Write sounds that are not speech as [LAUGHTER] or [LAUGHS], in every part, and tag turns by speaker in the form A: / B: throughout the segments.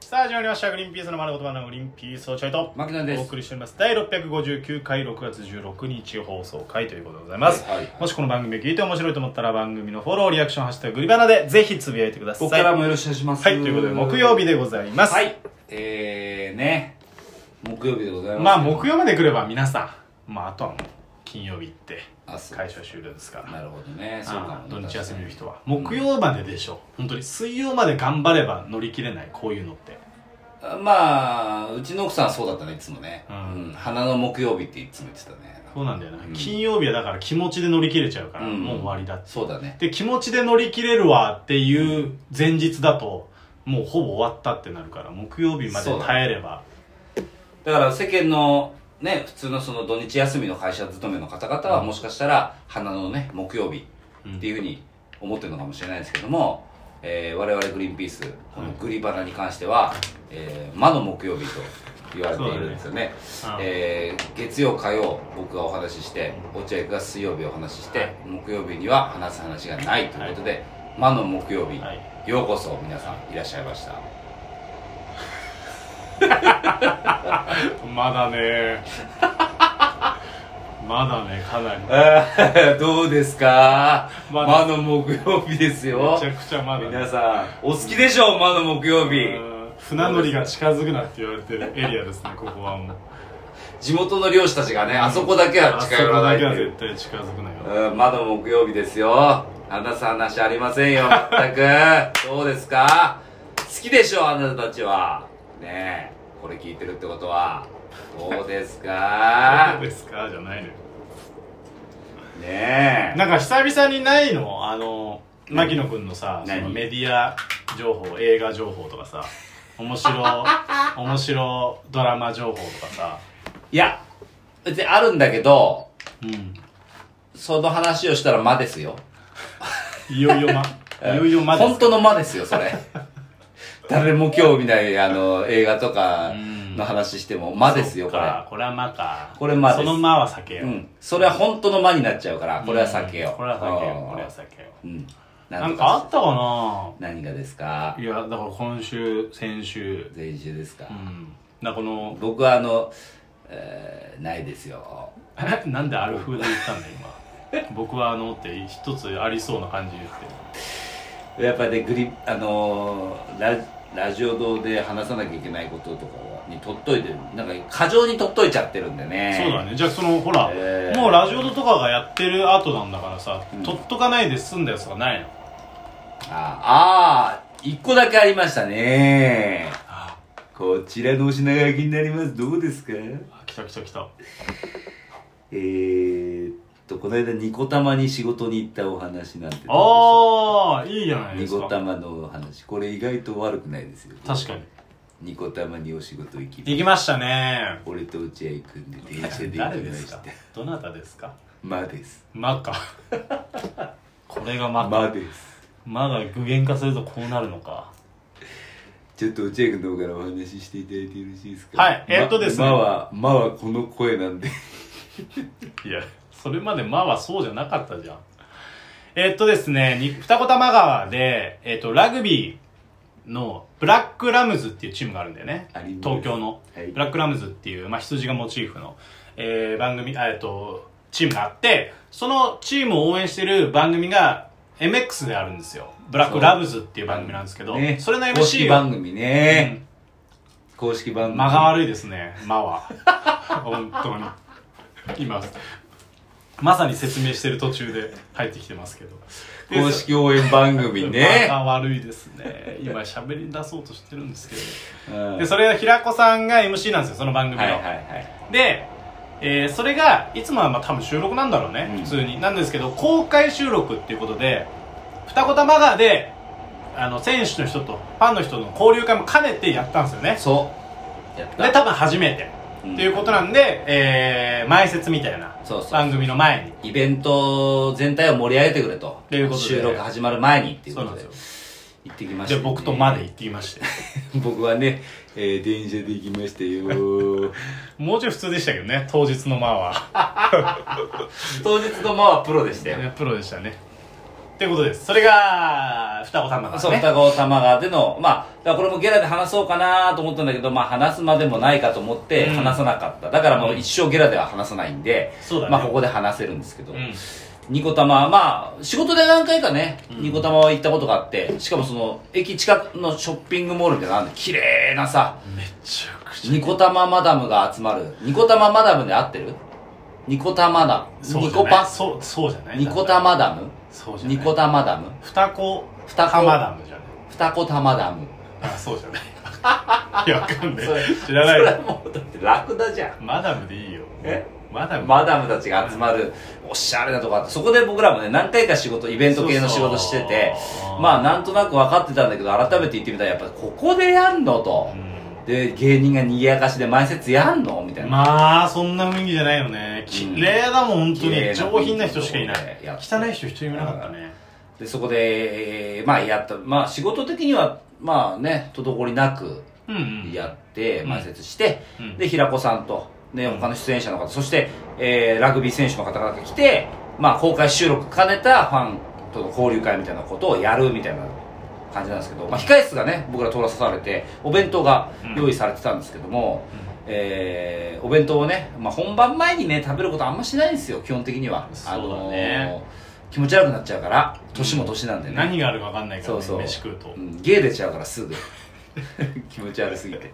A: さあ始まりました「グリーンピースの丸言葉のグリーンピースをちょいと」
B: 牧野です
A: お送りしております第659回6月16日放送回ということでございます、
B: はいはい
A: もしこの番組を聞いて面白いと思ったら番組のフォローリアクション「ハッシュタググリバナ」でぜひつぶやいてください
B: 僕からもよろしくお願いします。
A: はいということで木曜日でございます、
B: はい。えー、ね。木曜日でございます。
A: まあ木曜まで来れば皆さんまああとはもう金曜日行って
B: あそう
A: 会社終了ですから
B: なるほどね。そうか
A: あ
B: も
A: あ
B: ね。
A: 土日休みの
B: 確
A: 人は木曜まででしょう本当に水曜まで頑張れば乗り切れないこういうのって
B: かに。まあ、うちの奥さんはそうだったね、いつもね。
A: う
B: うんん。花の木曜日っていつも言ってたね。
A: そうなんだよな、
B: うん
A: 金曜日はだから気持ちで乗り切れちゃうから、
B: うん
A: もう終わりだって
B: そうだね。
A: で気持ちで乗り切れるわっていう前日だともうほぼ終わったってなるから木曜日まで耐えれば
B: だから世間の、ね、普通のその土日休みの会社勤めの方々はもしかしたら花のね、木曜日っていうふうに思ってるのかもしれないですけども、えー、我々グリーンピース、このグリバナに関しては、えー、魔の木曜日と言われているんですよね。
A: そうだねうん
B: えー月曜、火曜、僕がお話しして、落合君が水曜日お話しして、
A: はい
B: 木曜日には話す話がないということで、魔の木曜日、
A: はい
B: ようこそ皆さんいらっしゃいました。
A: まだね [LAUGHS] まだねかなりめ
B: あーどうですか
A: ま
B: 魔、
A: だ
B: の木曜日ですよ
A: ちゃくちゃまだ、
B: 皆
A: ね、
B: さんお好きでしょう魔の木曜日
A: うん船乗りが近づくなって言われてるエリアですねここはもう
B: 地元の漁師たちがねあそこだけは近寄らないって
A: あそこだけ
B: い
A: は
B: う
A: 絶対近づくなよ
B: うん魔の木曜日ですよ話す話ありません [LAUGHS] よ全くどうですか好きでしょうあなたたちはねえこれ聞いてるってことはどうです
A: ど
B: か [LAUGHS]
A: うですかじゃないのよ
B: ねえ
A: なんか久々にないのあの牧野君のさそ
B: 何
A: のメディア情報映画情報とかさ面
B: [LAUGHS]
A: 白面白ドラマ情報とかさ
B: いや別にあるんだけど
A: うん
B: その話をしたら魔ですよ
A: いよい
B: [LAUGHS]
A: よまいよいよまです
B: 本当の間ですよ、そ
A: [LAUGHS]
B: れ。誰も興味ない、あの、映画とか
A: うん
B: の話しても、間ですよ、
A: そ
B: こ
A: っ
B: れ。
A: かこれはまか
B: これまです
A: そのまは避けよう、
B: うん。それは本当の間になっちゃうから、これは避けよう。
A: これは避けよ
B: うん
A: うこれは避けよ
B: うん。
A: う
B: な
A: なんん
B: と
A: かあっ
B: か
A: たか
B: 何がですか
A: ないやだから今週先週
B: 前週ですか、
A: うんだからこの
B: 僕はあの、えーないですよ。
A: [LAUGHS] なんでアルフで言ったんだ今僕はあのって一つありそうな感じで言って
B: やっぱね、グリ、あのーララジオ堂で話さなきゃいけないこととかに取っといてる。なんか、過剰に取っといちゃってるんでね。
A: そうだねじゃあそのほら、
B: えー
A: もうラジオとかがやってる後なんだからさ、
B: うん
A: 取っとかないで済んだやつがないの
B: ああ、一個だけありましたね。こちらのお品書きになります。どうですか
A: あ来た来た来た
B: えーっと、この間、ニコタマに仕事に行ったお話なんてどうでしょ
A: ああいいじゃな
B: う。
A: いで
B: ニ
A: す
B: コ
A: か
B: タマのお話。これ意外と悪くないですよ。
A: 確かに
B: ニコタマにお仕事行きま
A: できましたね
B: 俺と落合君で電車で行きま
A: 誰です
B: し
A: か
B: た。
A: どなたですか
B: まあです。
A: マかこれがマ
B: ま
A: か
B: あです。
A: マが具現化するとこうなるのか
B: ちょっと落合君の方からお話ししていただいてよろしいですか
A: はいえーっとですね
B: ままは、まはこの声なんで。
A: いやそれまでマはそうじゃなかったじゃんえっとですねに二子玉川で、えっとラグビーのブラックラムズっていうチームがあるんだよね
B: あります
A: 東京の
B: はい
A: ブラックラムズっていう、まあ、羊がモチーフの、えー番組あえっとチームがあってそのチームを応援してる番組が MX であるんですよブラックラムズっていう番組なんですけどそ,、
B: ね
A: れの MC を
B: 公式番組ね。
A: うん
B: 公式番組
A: 間が悪いですね間は本当に今まさに説明してる途中で入ってきてますけどで
B: 公式応援番組
A: 間
B: ね
A: が悪いですね今喋り出そうとしてるんですけど
B: うん
A: でそれが平子さんが MC なんですよその番組の、
B: はいはいはい
A: で、えーそれがいつもはまあ多分収録なんだろうね、
B: うん
A: 普通になんですけど公開収録っていうことで二子玉川であの選手の人とファンの人の交流会も兼ねてやったんですよね
B: そうやっ
A: で
B: た
A: 多分初めて
B: うん
A: っていうことなんで、えー、前説みたいな
B: そうそう
A: 番組の前に
B: イベント全体を盛り上げてくれと
A: ということで
B: 収録始まる前にっていう
A: そ
B: こ
A: うな
B: と
A: んで
B: です行ってきま
A: よ
B: した
A: で
B: ね
A: 僕とまで行ってきまして
B: [LAUGHS] 僕はね、えー電車で行きまし
A: [LAUGHS]
B: たよ
A: もうちょい普通でしたけどね当日の間は
B: 当日のまはプロでしたよ
A: ねプロでしたねってことです。それが、双子玉川
B: そう、
A: ね。
B: 双子玉川での、まあ、だからこれもゲラで話そうかなと思ったんだけど、まあ、話すまでもないかと思って
A: うん
B: 話さなかった。だからも
A: う
B: うん一生ゲラでは話さないんで、
A: そうだね
B: まあ、ここで話せるんですけど、
A: うん。
B: ニコ玉は、まあ、仕事で何回かね、
A: うん
B: ニコ玉は行ったことがあって、しかもその、駅近くのショッピングモールみたいなのあるんで、綺麗なさ、
A: めちゃくちゃ。
B: ニコ玉マダムが集まる。ニコ玉マダムで合ってるニコ玉マダム。
A: そう
B: ニ
A: じゃ
B: コ
A: ない
B: パ
A: そう、そうじゃない
B: ニコタ。マダム
A: そうじゃない。
B: ニコタマダム
A: 双子。
B: 双子
A: 玉ダムじゃない。
B: 二子タマダム。
A: あ、そうじゃない。
B: [LAUGHS]
A: いや、わかんない
B: それ。
A: 知らない
B: それはもうだってラクダじゃん。
A: マダムでいいよ。
B: え
A: マダム。
B: マダムたちが集まるおしゃれなとこあってそこで僕らもね何回か仕事イベント系の仕事してて
A: そうそう
B: まあなんとなく分かってたんだけど改めて行ってみたらやっぱここでやんのと
A: うん
B: で芸人が賑やかしで前説やんのみたいな、
A: まあ、そんな雰囲気じゃないよね。綺麗だもん、本当
B: 綺麗
A: に。
B: な雰囲気
A: 上品な人しかいない
B: いや。
A: 汚い人一人もいなかったね。
B: でそこで、えーまあやったまあ仕事的にはまあね滞りなく
A: うんうん。
B: やって
A: うん
B: 前説して、
A: うん
B: で平子さんと、ね、他の出演者の方そして、えーラグビー選手の方々が来て、まあ、公開収録兼ねたファンとの交流会みたいなことをやるみたいな感じなんですけど、まあ、控室がね僕ら通らされてお弁当が用意されてたんですけども、えーお弁当をね、まあ、本番前にね食べることあんましないんですよ基本的には
A: そうだね
B: あのー気持ち悪くなっちゃうから年も年なんでね、
A: 何があるかわかんないから
B: そう
A: ね、
B: そ
A: 飯食
B: う
A: うと
B: う。ん、ゲー出ちゃうからすぐ [LAUGHS] 気持ち悪すぎて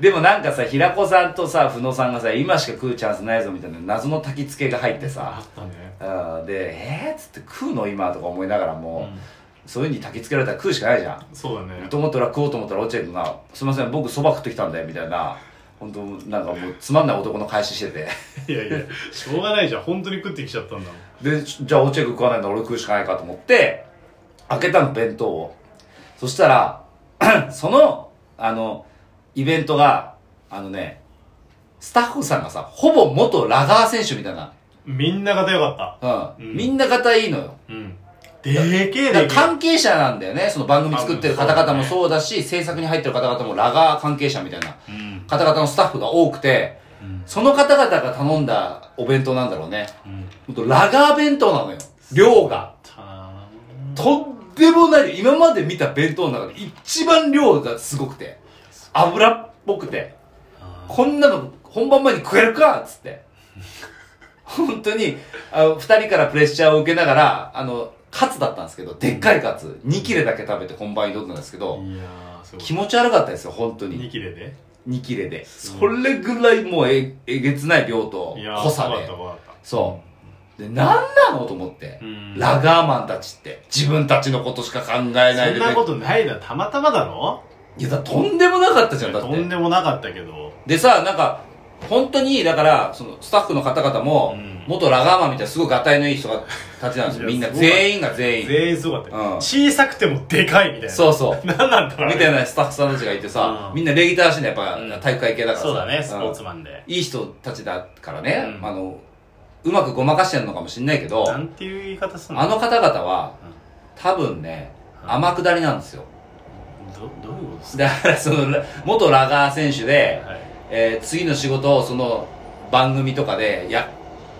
B: でもなんかさ平子さんとさ布野さんがさ今しか食うチャンスないぞみたいな謎の焚き付けが入って
A: あ
B: さ
A: ったね。
B: あーで「えっ?」っつって「食うの今」とか思いながらも、
A: うん
B: そういうふうに焚き付けられたら食うしかないじゃん
A: そうだね
B: と。思ったら食おうと思ったら落ちてるな「すいません僕そば食ってきたんだよ」みたいな本当なんかもうつまんない男の返ししてて
A: いやいや、しょうがないじゃん。本当に食ってきちゃったんだもん。
B: で、ちょじゃあ落合君食わないんだ俺食うしかないかと思って、開けたの弁当を。そしたら、 [CLEARS THROAT] その、あの、イベントが、あのね、スタッフさんがさ、ほぼ元ラガー選手みたいな。
A: みんなが良かっ
B: うん。
A: うん
B: みんな方いいのよ。
A: た。うん。でーけえ
B: だ
A: でけ
B: から
A: え。
B: 関係者なんだよね。その番組作ってる方々もそうだし、制作に入ってる方々もラガー関係者みたいな
A: うん。
B: 方々のスタッフが多くて、
A: うん
B: その方々が頼んだお弁当なんだろうね。
A: うん。
B: ほんとラガー弁当なのよ。量が。
A: たーん
B: とんでもない今まで見た弁当の中で一番量がすごくて油っぽくて
A: あ
B: こんなの本番前に食えるかっつって本当にあの2人からプレッシャーを受けながらあのカツだったんですけどでっかいカツ2切れだけ食べて本番に挑んだんですけど
A: ーいやー、すごい
B: 気。持ち悪かったですよ本当
A: 2
B: に
A: 切れで
B: 2切れでそれぐらいもうええげつない量と
A: いやー、
B: 濃さ
A: 怖かっ
B: で
A: た怖かった。
B: そうで何なのと思って
A: うん
B: ラガーマンたちって自分たちのことしか考えないで
A: そん
B: ね
A: なことないだろたまたまだろ
B: いやだとんでもなかったじゃんだっ
A: とん
B: て
A: でもなかったけど
B: でさなんか本当にだからそのスタッフの方々も、
A: うん
B: 元ラガーマンみたいなすごいガタイのいい人がたちなんですよ
A: いや
B: みんな
A: すごい
B: 全員が全員
A: 全員すごかったよ、
B: うん
A: 小さくてもでかいみたいな
B: そうそう
A: 何なんだろう
B: み
A: ね
B: たいなスタッフさんたちがいてさ、
A: うん
B: みんな礼儀正しいのやっぱ、
A: うん
B: 体育会系だからさ
A: そうだねスポーツ
B: うん
A: マンで、
B: いい人たちだからね、
A: うん
B: あのうまくごまかしてるのかもしれないけど
A: なんていう言い方すんの
B: あの方々は
A: うん
B: 多分ね
A: うん
B: 天下りなんですよ
A: どどういうことですか
B: だからそのラ元ラガー選手で、
A: はい
B: えー次の仕事をその番組とかでや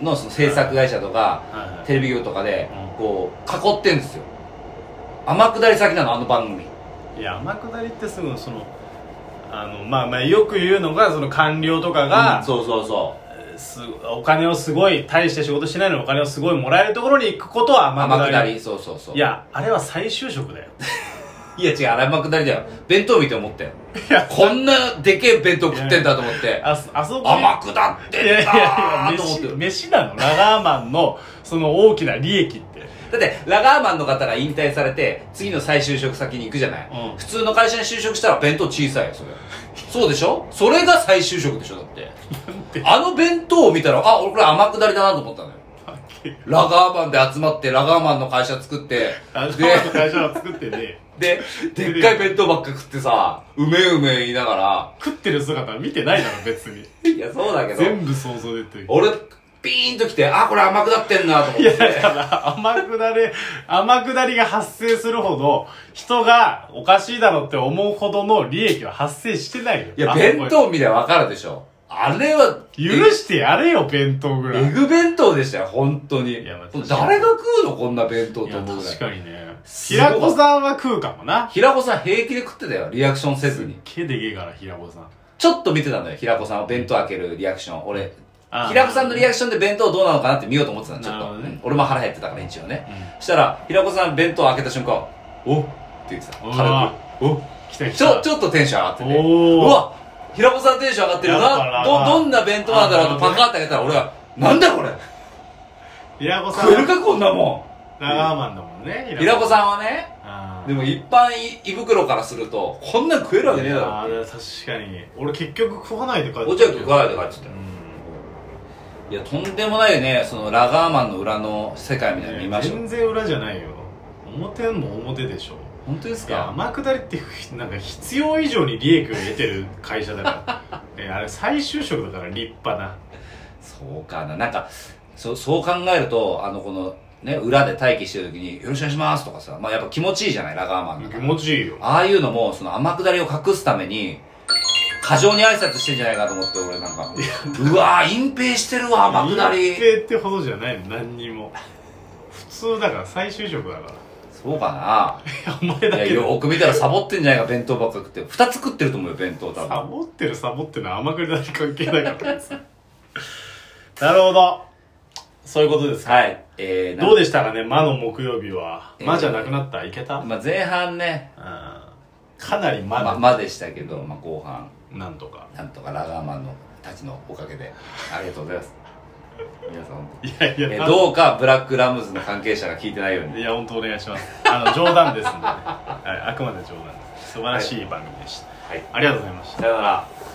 B: のその制作会社とか
A: はいはい
B: テレビ業とかで
A: うん
B: こう囲ってんですよ天下り先なのあの番組
A: いや天下りってすぐそのあのまあまあよく言うのがその官僚とかが、
B: そうそうそ
A: すお金をすごい大して仕事しないのにお金をすごいもらえるところに行くことは
B: う
A: 天
B: 天
A: 下り
B: 下りそうそうそう
A: い
B: い
A: やあれは再就職だよ
B: いや違うあれ天下りだよ弁当見て思ったよこんなでけえ弁当食ってんだと思って
A: あそあそこに
B: 天下
A: い
B: っ
A: や
B: て
A: い
B: んだ
A: や
B: ー
A: いや
B: と思って
A: 飯飯なのラガーマンのその大きな利益って
B: だってラガーマンの方が引退されて次の再就職先に行くじゃない、
A: うん
B: 普通の会社に就職したら弁当小さいよそれそうでしょそれが再就職でしょだってあの弁当を見たらあ俺これ天下りだなと思ったのよラガーマンで集まってラガーマンの会社作って
A: [LAUGHS] ラガーマンの
B: で
A: 会社は作ってね
B: ででっかい弁当ばっか食ってさうめえうめえ言いなが
A: 食ってる姿は見てないだろ別 [LAUGHS] に
B: らいやそうだけど
A: 全部想像でってる
B: 俺ピーンと来てあこれ天下ってんなと思って
A: いやだから天下り天下りが発生するほど人がおかしいだろって思うほどの利益は発生してないよ
B: いや弁当見りゃ分かるでしょあれは、
A: 許してやれよ、弁当ぐらい。
B: エ
A: い
B: グ弁当でしたよ、本当に。
A: いやまあ
B: 誰が食うのこんな弁当と
A: や、
B: 思うぐら
A: 確
B: い。
A: かにね。
B: すごい
A: 平子さんは食うかもな。
B: 平子さん平気で食ってたよ、リアクションせずに。
A: 毛でけえから、平子さん。
B: ちょっと見てたのよ、平子さんを弁当開けるリアクション。俺、
A: あー
B: 平子さんのリアクションで弁当どうなのかなって見ようと思ってたの、ちょっ
A: なる
B: と
A: ほ。どね
B: うん俺も腹減ってたから、一応ね。
A: うん
B: そしたら、平子さん弁当開けた瞬間、おって言ってた。
A: う
B: 軽
A: わ
B: く。お
A: 来た来
B: ちょ、
A: た。
B: ちょっとテンション上がってて。
A: おー
B: うわ平子さんテンション上がってる
A: やっぱ
B: な。
A: な
B: ど、どんな弁当なんだろう
A: あな
B: と
A: る
B: パ
A: ほどね
B: カって開けたら、俺は、なんだこれ
A: 平子さん
B: 食え
A: は、
B: るかこんなも
A: ラガーマンだもんね。
B: ん平子
A: ん。
B: さんはね、
A: あー
B: でも一般い胃袋からすると、こんなん食えるわけねえだろ。
A: あー確かに俺結局食わないで帰って
B: お茶食わないで帰ってきたよ
A: う
B: いや、とんでもないね、そのラガーマンの裏の世界みたいなの見
A: ん
B: ましょう。
A: 全然裏じゃないよ表も表でしょ
B: 本当です
A: いや
B: か
A: 天下りってなんか必要以上に利益を得てる会社だから
B: [LAUGHS]
A: えあれ再就職だから立派な
B: そうかな。なんか、そそう考えると、あの、この、ね、裏で待機してる時に、よろしくお願いしますとかさ、まあやっぱ気持ちいいじゃない、ラガーマンだ
A: 気
B: から。
A: 持ちいいよ
B: ああいうのも、その天下りを隠すために、過剰に挨拶してんじゃないかと思って、俺なんか。うわぁ、隠蔽してるわ、天下
A: 隠
B: り。
A: 蔽ってほどじゃないの何にも普通だから再就職だから
B: そうか
A: い [LAUGHS] やお前
B: な。い
A: だ
B: や、
A: けど
B: よく見たらサボってんじゃないか、弁当ばっか食って。二つ食ってると思うよ、弁当多
A: サ
B: 分。
A: ボってるサボってるは天下りだって関係ないから別になるほどそういうことですか
B: はい。えー、
A: どう
B: で
A: でしたかね、魔の木曜日は。
B: えー
A: 魔じゃなくなったいけた、うん
B: まあ前半ね、
A: かなり魔
B: ま、
A: だ、
B: までしたけど、まあ後半、
A: なんとか。
B: なんとかラガーマンのたちのおかげで、ありがとうございます。皆さん、本
A: いやい
B: 当
A: や、
B: にえ
A: な
B: ー
A: ん
B: どうかブラックラムズの関係者が聞いてないように。
A: いや、本当お願いします。あの、冗談ですんでね、はい。あくまで冗談です。素晴らしい番組でした。
B: はい。
A: ありがとうございました。
B: さよなら。